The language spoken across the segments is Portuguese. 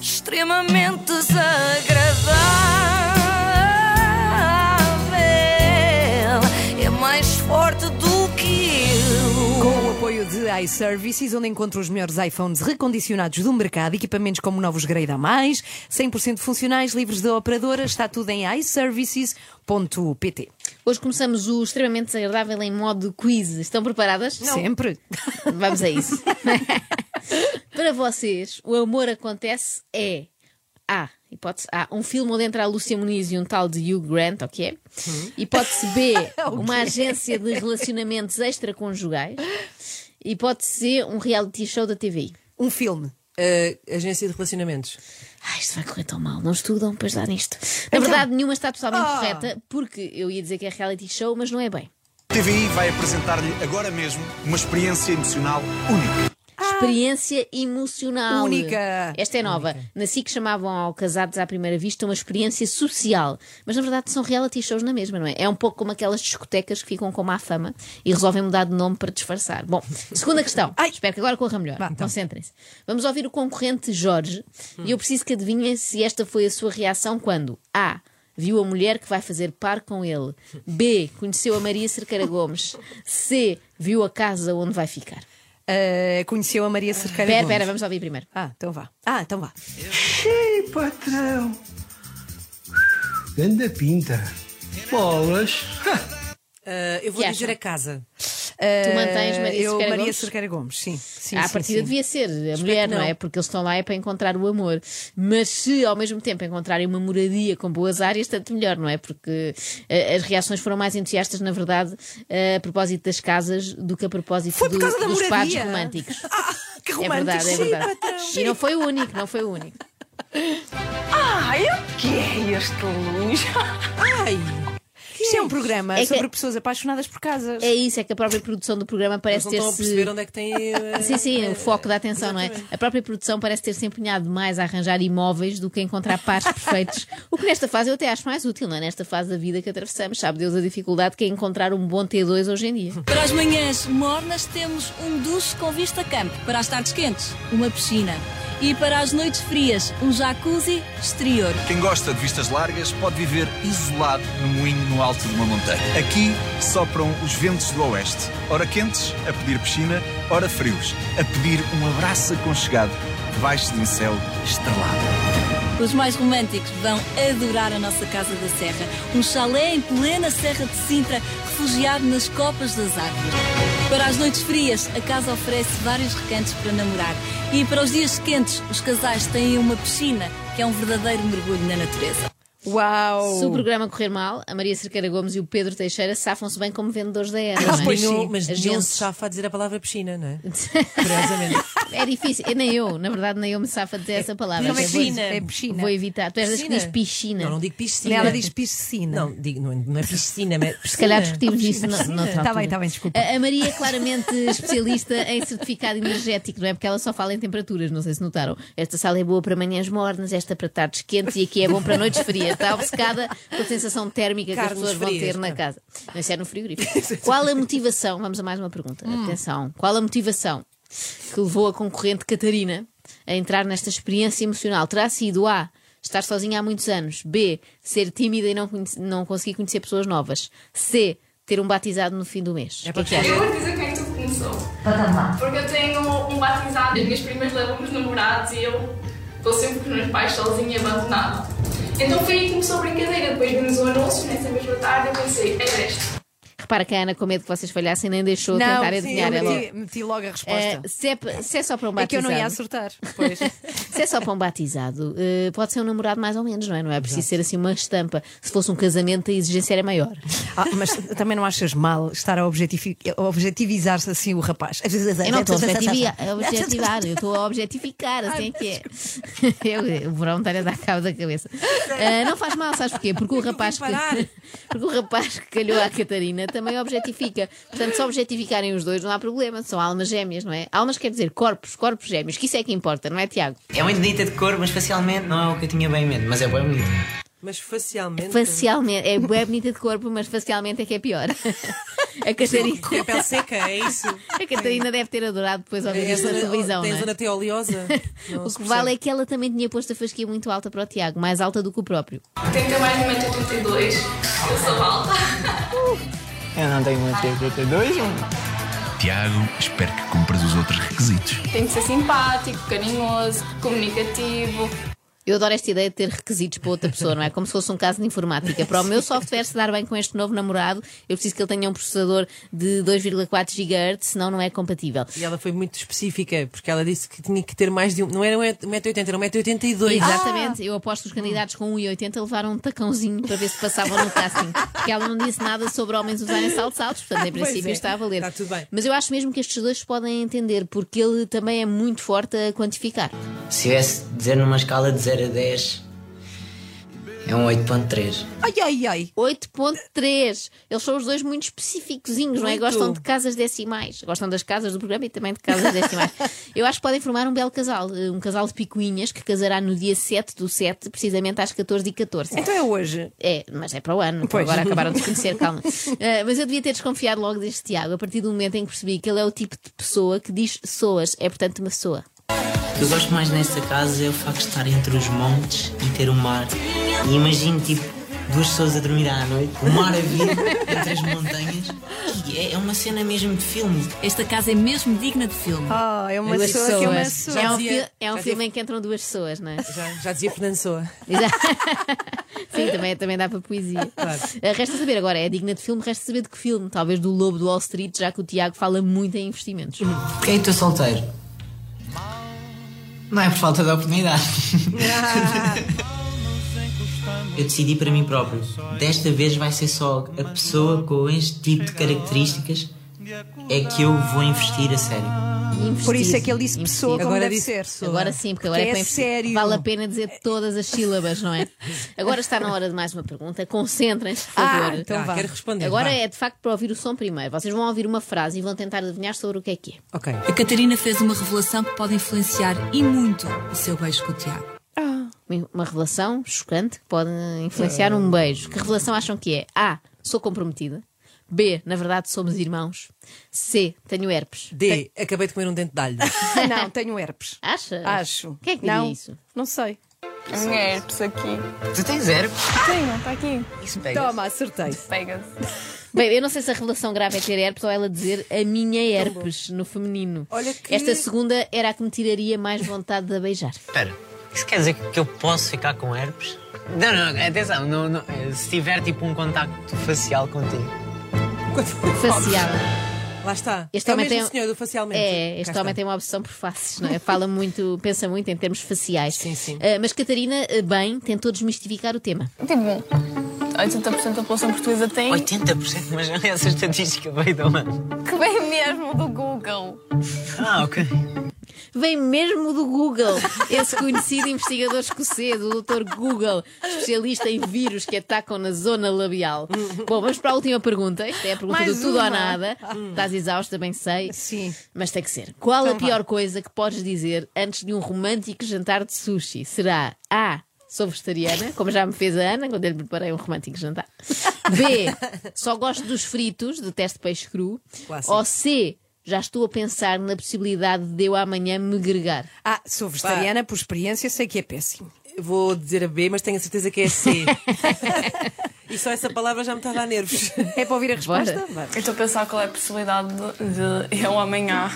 extremamente desagradável. É mais forte do que eu. Com o apoio de iServices, onde encontra os melhores iPhones recondicionados do mercado, equipamentos como novos grade a mais, 100% funcionais, livres da operadora, está tudo em iServices.pt. Hoje começamos o extremamente desagradável em modo quiz. Estão preparadas? Sempre. Vamos a isso. Para vocês, o amor acontece é A. Hipótese A. Um filme onde entra a Lúcia Muniz e um tal de Hugh Grant, ok? Hipótese B. Uma agência de relacionamentos extraconjugais. Hipótese C. Um reality show da TVI. Um filme. Uh, agência de relacionamentos. Ai, isto vai correr tão mal. Não estudam para dar nisto. Na verdade, nenhuma está totalmente correta, porque eu ia dizer que é reality show, mas não é bem. TVI vai apresentar-lhe agora mesmo uma experiência emocional única. Experiência emocional. Única. Esta é nova. Na SIC chamavam ao Casados à Primeira Vista uma experiência social. Mas na verdade são reality shows na mesma, não é? É um pouco como aquelas discotecas que ficam com má fama e resolvem mudar de nome para disfarçar. Bom, segunda questão. Espero que agora corra melhor. Concentrem-se. Vamos ouvir o concorrente Jorge e eu preciso que adivinhem se esta foi a sua reação quando A. Viu a mulher que vai fazer par com ele. B. Conheceu a Maria Cerqueira Gomes. C. Viu a casa onde vai ficar. Uh, conheceu a Maria Cerqueira. Espera, Gomes. espera, vamos ouvir primeiro. Ah, então vá. Ah, então vá. Ei, patrão! Ganda pinta! Bolas! Uh, eu vou Que dizer acham? a casa. Tu mantens Maria Eh, eu, Cerqueira Maria Gomes? Ah, Cerqueira Gomes, sim. sim a sim, à partida sim. devia ser a mulher, não. é? Porque eles estão lá é para encontrar o amor. Mas se ao mesmo tempo encontrarem uma moradia com boas áreas, tanto melhor, não é? Porque eh, as reações foram mais entusiastas, na verdade, eh, a propósito das casas do que a propósito Foi por do- causa da dos pares moradia? Ah, românticos. Ah, Que é romântico. verdade, é sim, verdade. patrão. E não foi o único, não foi o único. Ai, o que é este luz? Isto é um programa É que- sobre pessoas apaixonadas por casas. É isso, é que a própria produção do programa Eles parece não estão a ter-se perceber onde é que tem. eh, uh, Sim, sim, o foco da atenção, não é? A própria produção parece ter-se empenhado mais a arranjar imóveis do que a encontrar pares perfeitos. O que nesta fase eu até acho mais útil, não é? Nesta fase da vida que atravessamos, sabe Deus a dificuldade que é encontrar um bom T2 hoje em dia. Para as manhãs mornas temos um duche com vista a campo. Para as tardes quentes, uma piscina. E para as noites frias, um jacuzzi exterior. Quem gosta de vistas largas pode viver isolado no moinho no alto de uma montanha. Aqui sopram os ventos do oeste, ora quentes a pedir piscina, ora frios a pedir um abraço aconchegado debaixo de um céu estrelado. Os mais românticos vão adorar a nossa Casa da Serra. Um chalé em plena Serra de Sintra, refugiado nas copas das árvores. Para as noites frias, a casa oferece vários recantos para namorar. E para os dias quentes, os casais têm uma piscina, que é um verdadeiro mergulho na natureza. Uau! Se o programa correr mal, a Maria Cerqueira Gomes e o Pedro Teixeira safam-se bem como vendedores da era. Mas não é? Ah, pois nenhum- sim, mas as nenhum gentes. se chafa a dizer a palavra piscina, não é? Curiosamente. É difícil, Eu- nem eu, na verdade, nem eu me safo a dizer essa palavra. Como é que Vou- diz? É piscina. Vou evitar. Tu és das que Piscina. diz piscina. Não, não digo piscina. Ela diz piscina. Não, digo, não, não é piscina, mas Se calhar discutimos isso no, noutra Está altura. bem, está bem, desculpa. A, a Maria é claramente especialista em certificado energético, não é? Porque ela só fala em temperaturas, não sei se notaram. Esta sala é boa para manhãs mornas, esta para tardes quentes e aqui é bom para noites frias. Está obcecada pela sensação térmica que Carnes as pessoas vão frias, ter na não é? casa. Não, isso é no frigorífico. Qual a motivação? Vamos a mais uma pergunta. Hum. Atenção. Qual a motivação que levou a concorrente Catarina a entrar nesta experiência emocional? Terá sido A. Estar sozinha há muitos anos. B. Ser tímida e não, conhece- não conseguir conhecer pessoas novas. C. Ter um batizado no fim do mês. É O que é para que achas? Eu vou dizer como é que tudo começou. Porque eu tenho um batizado, as minhas primas levam-me os namorados e eu estou sempre com os meus pais sozinha, abandonada. Então foi aí que começou a brincadeira. Depois vimos o anúncio nessa mesma tarde e eu pensei, é deste. Repara que a Ana, com medo que vocês falhassem, nem deixou não, tentar sim, eu adivinhar. ela. meti, meti é logo a resposta. Eh, se, é, p- se é só para um é que eu batizado. não ia acertar. Pois. se é só para um batizado, eh, pode ser um namorado mais ou menos, não é? Não é preciso ser assim uma estampa. Se fosse um casamento, a exigência era maior. Ah, mas também não achas mal estar a objetifi- a objetivizar-se assim o rapaz? Eu não estou a objetivi- a objetivar, Então, eu estou a objetificar, assim é que é. Eu- o verão está a dar cabo da cabeça. Ah, não faz mal, sabes porquê? Porque o rapaz que, parar. porque o rapaz que calhou à Catarina também objetifica. Portanto, se objetificarem os dois, não há problema, são almas gêmeas, não é? Almas quer dizer corpos, corpos gêmeos, que isso é que importa, não é, Tiago? É muito bonita de cor, mas facialmente não é o que eu tinha bem em mente, mas é bem bonita. Mas facialmente. Facialmente, é bem bonita de corpo, mas facialmente é que é pior. A Catarina, Com a pele seca, é isso? a Catarina deve ter adorado depois ouvir isto na televisão. Tem não é? zona até oleosa. Não O se que vale percebe. é que ela também tinha posto a fasquia muito alta para o Tiago, mais alta do que o próprio. Tenta mais de 1,82m. Eu sou alta. Eu não tenho muito tempo, eu tenho dois, um. Tiago, espero que cumpras os outros requisitos. Tem de ser simpático, carinhoso, comunicativo. Eu adoro esta ideia de ter requisitos para outra pessoa, não é? Como se fosse um caso de informática. Para o meu software se dar bem com este novo namorado, eu preciso que ele tenha um processador de 2,4 GHz, senão não é compatível. E ela foi muito específica, porque ela disse que tinha que ter mais de um. Não era 1,80m, era 1,82m. Exatamente, eu aposto que os candidatos com 1,80 levaram um tacãozinho para ver se passavam no casting. Porque ela não disse nada sobre homens usarem saltos altos, portanto, em Pois princípio é. está a valer. Está tudo bem. Mas eu acho mesmo que estes dois se podem entender, porque ele também é muito forte a quantificar. Se tivesse de dizer numa escala de 0 a 10, é um 8.3. Ai, ai, ai. 8.3. Eles são os dois muito especificozinhos, não é? Muito. Gostam de casas decimais. Gostam das casas do programa e também de casas decimais. Eu acho que podem formar um belo casal. eh, Um casal de picuinhas que casará no dia 7 do 7, precisamente às 14 e 14. Então é hoje. É, mas é para o ano. Pois. Agora acabaram de se conhecer, calma. Eh, mas eu devia ter desconfiado logo deste Tiago, a partir do momento em que percebi que ele é o tipo de pessoa que diz soas, é portanto uma soa. O que eu gosto mais nesta casa é o facto de estar entre os montes e ter o mar. E imagino, tipo, duas pessoas a dormir à noite, o mar a vir entre as montanhas. E é- é uma cena mesmo de filme. Esta casa é mesmo digna de filme. Ah, é uma Duas pessoa que é uma soas. soa. É um, dizia- fi- é um já filme em que entram duas pessoas, não é? Já, já dizia Fernando Soa. Exato. Sim, também, é- também dá para poesia. Eh, Resta saber agora, é digna de filme, resta saber de que filme. Talvez do Lobo do Wall Street, já que o Tiago fala muito em investimentos. Porquê é que estou solteiro? Não é por falta de oportunidade. Eu decidi para mim próprio. Desta vez vai ser só a pessoa com este tipo de características é que eu vou investir a sério. Investir, Por isso é que ele disse investir. pessoa como Agora deve disse ser. pessoa. Agora sim, porque agora Porque é, é para investir. sério. Vale a pena dizer todas as sílabas, não é? Agora está na hora de mais uma pergunta. Concentrem-se, por Ah, favor. então Ah, vá. quero responder. Agora vá. é de facto para ouvir o som primeiro. Vocês vão ouvir uma frase e vão tentar adivinhar sobre o que é que é. Ok. A Catarina fez uma revelação que pode influenciar e muito o seu beijo com o Tiago. um, Uma revelação chocante que pode influenciar um beijo. Que revelação acham que é? A. Sou comprometida. B. Na verdade somos irmãos. C. Tenho herpes. D. Acabei de comer um dente de alho. Não, tenho herpes. Acha? Acho. Quem é que diria não, isso? Não sei. A minha herpes aqui. Tu tens zero? Tenho, está aqui. Isso pega. Toma, acertei. Pega-se. Bem, eu não sei se a revelação grave é ter herpes ou ela dizer a minha herpes no feminino. Olha que- Esta segunda era a que me tiraria mais vontade de a beijar. Espera, isso quer dizer que eu posso ficar com herpes? Não, não, atenção, não, não, eh, se tiver tipo um contacto facial contigo. Facial. Lá está. Este é o homem mesmo um- tem- senhor do facialmente. É, este Cá homem está. tem uma obsessão por faces, não é? Fala muito, pensa muito em termos faciais. Sim, sim. Ah, mas Catarina, ah, bem, tentou desmistificar o tema. Tipo, 80% da população portuguesa tem. 80%, mas essa estatística veio de onde? Que vem mesmo do Google. Ah, ok. Vem mesmo do Google, esse conhecido investigador escocês, o Dr. Google, especialista em vírus que atacam na zona labial. Bom, vamos para a última pergunta. Isto é a pergunta Mais do tudo uma. ou nada. Estás exausta, bem sei. Sim. Mas tem que ser. Qual a pior coisa que podes dizer antes de um romântico jantar de sushi? Será A. Sou vegetariana, como já me fez a Ana quando eu lhe preparei um romântico jantar. B. Só gosto dos fritos, detesto peixe cru. Clássico. Ou C. Já estou a pensar na possibilidade de eu amanhã me gregar. Ah, sou vegetariana por experiência, sei que é péssimo. Vou dizer a B, mas tenho a certeza que é C. e só essa palavra já me está a dar nervos. É para ouvir a resposta? Vá. Eu estou a pensar qual é a possibilidade de, de eu amanhã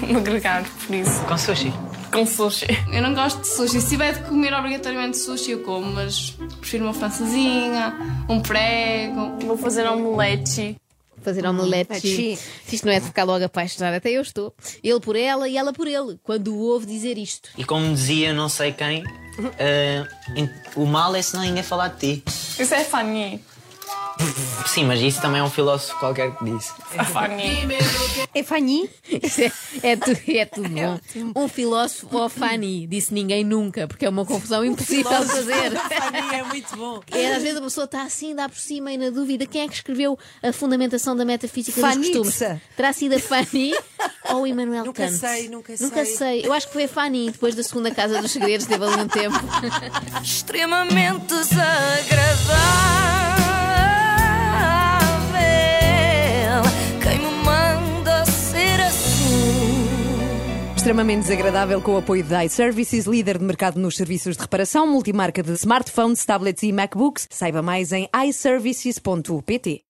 me agregar por isso, Com sushi. com sushi. Eu não gosto de sushi. Se tiver de comer obrigatoriamente sushi, eu como, mas prefiro uma francesinha, um prego. Vou fazer omelete. Fazer omelete. Achi. Se isto não é de ficar logo apaixonada, até eu estou. Ele por ela e ela por ele, quando o ouve dizer isto. E como dizia não sei quem, eh, em- o mal é se ninguém falar de ti. Isso é funny. Sim, mas isso também é um filósofo qualquer que disse. É Fanny? Isso é, é, tu- é tudo bom. Um filósofo ou Fanny, disse ninguém nunca, porque é uma Um confusão impossível de fazer. é muito bom. É, às vezes a pessoa está assim, dá por cima e na dúvida quem é que escreveu a fundamentação da metafísica dos Fanitza. costumes. Terá sido a Fanny ou o Emmanuel Nunca Kant? sei, nunca Nunca sei. sei. Eu acho que foi a Fanny, depois da segunda Casa dos Segredos, teve ali um tempo. extremamente desagradável. Quem me manda ser assim? Extremamente desagradável com o apoio da iServices, líder de mercado nos serviços de reparação, multimarca de smartphones, tablets e MacBooks. Saiba mais em iServices.pt.